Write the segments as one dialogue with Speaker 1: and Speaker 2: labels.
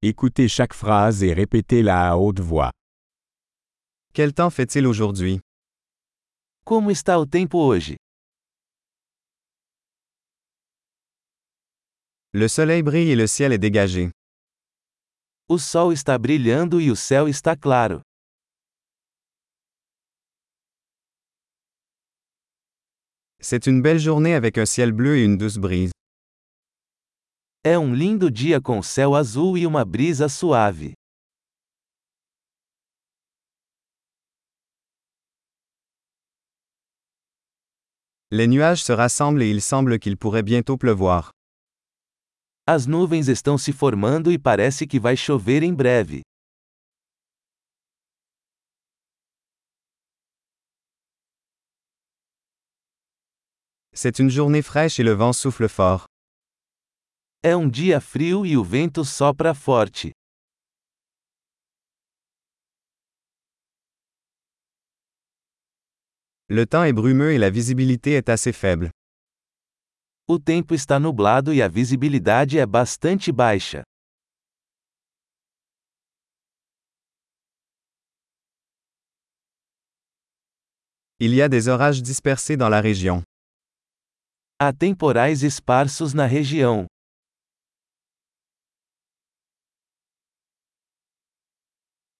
Speaker 1: Écoutez chaque phrase et répétez-la à haute voix.
Speaker 2: Quel temps fait-il aujourd'hui?
Speaker 3: Como está o tempo hoje?
Speaker 2: Le soleil brille et le ciel est dégagé.
Speaker 3: O sol está brilhando e o céu está claro.
Speaker 2: C'est une belle journée avec un ciel bleu et une douce brise.
Speaker 3: É um lindo dia com céu azul e uma brisa suave.
Speaker 2: Les nuages se rassemblent et il semble qu'il pourrait bientôt pleuvoir.
Speaker 3: As nuvens estão se formando e parece que vai chover em breve.
Speaker 2: C'est une journée fraîche et le vent souffle fort.
Speaker 3: É um dia frio e o vento sopra forte.
Speaker 2: Le temps est brumeux et la visibilité est assez faible.
Speaker 3: O tempo está nublado e a visibilidade é bastante baixa.
Speaker 2: Il y a des orages dispersés dans la région.
Speaker 3: Há temporais esparsos na região.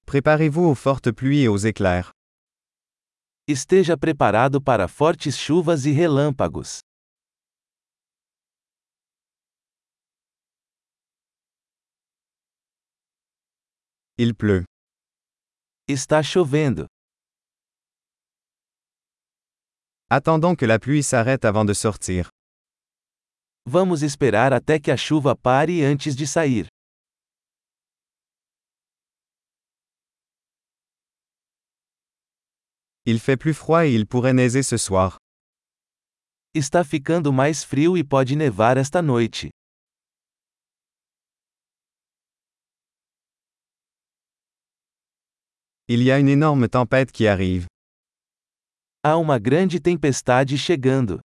Speaker 2: Préparez-vous aux fortes pluies et aux éclairs.
Speaker 3: Esteja preparado para fortes chuvas e relâmpagos.
Speaker 2: Il pleut.
Speaker 3: Está chovendo.
Speaker 2: Attendons que la pluie s'arrête avant de sortir.
Speaker 3: Vamos esperar até que a chuva pare antes de sair.
Speaker 2: Il fait plus froid et il pourrait neiger ce soir.
Speaker 3: Está ficando mais frio e pode nevar esta noite.
Speaker 2: Il y a une énorme tempête qui arrive.
Speaker 3: Há uma grande tempestade chegando.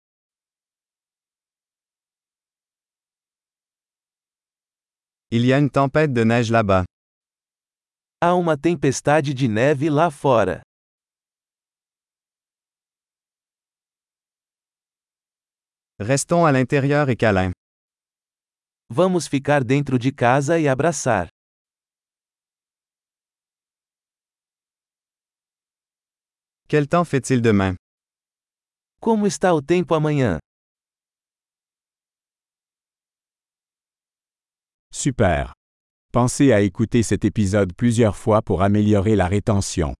Speaker 2: Il y a une tempête de neige là-bas.
Speaker 3: Há uma tempestade de neve lá fora.
Speaker 2: Restons à l'intérieur et câlin.
Speaker 3: Vamos ficar dentro de casa e abraçar.
Speaker 2: Quel temps fait-il demain?
Speaker 3: Como está o tempo amanhã?
Speaker 1: Super. Pensez à écouter cet épisode plusieurs fois pour améliorer la rétention.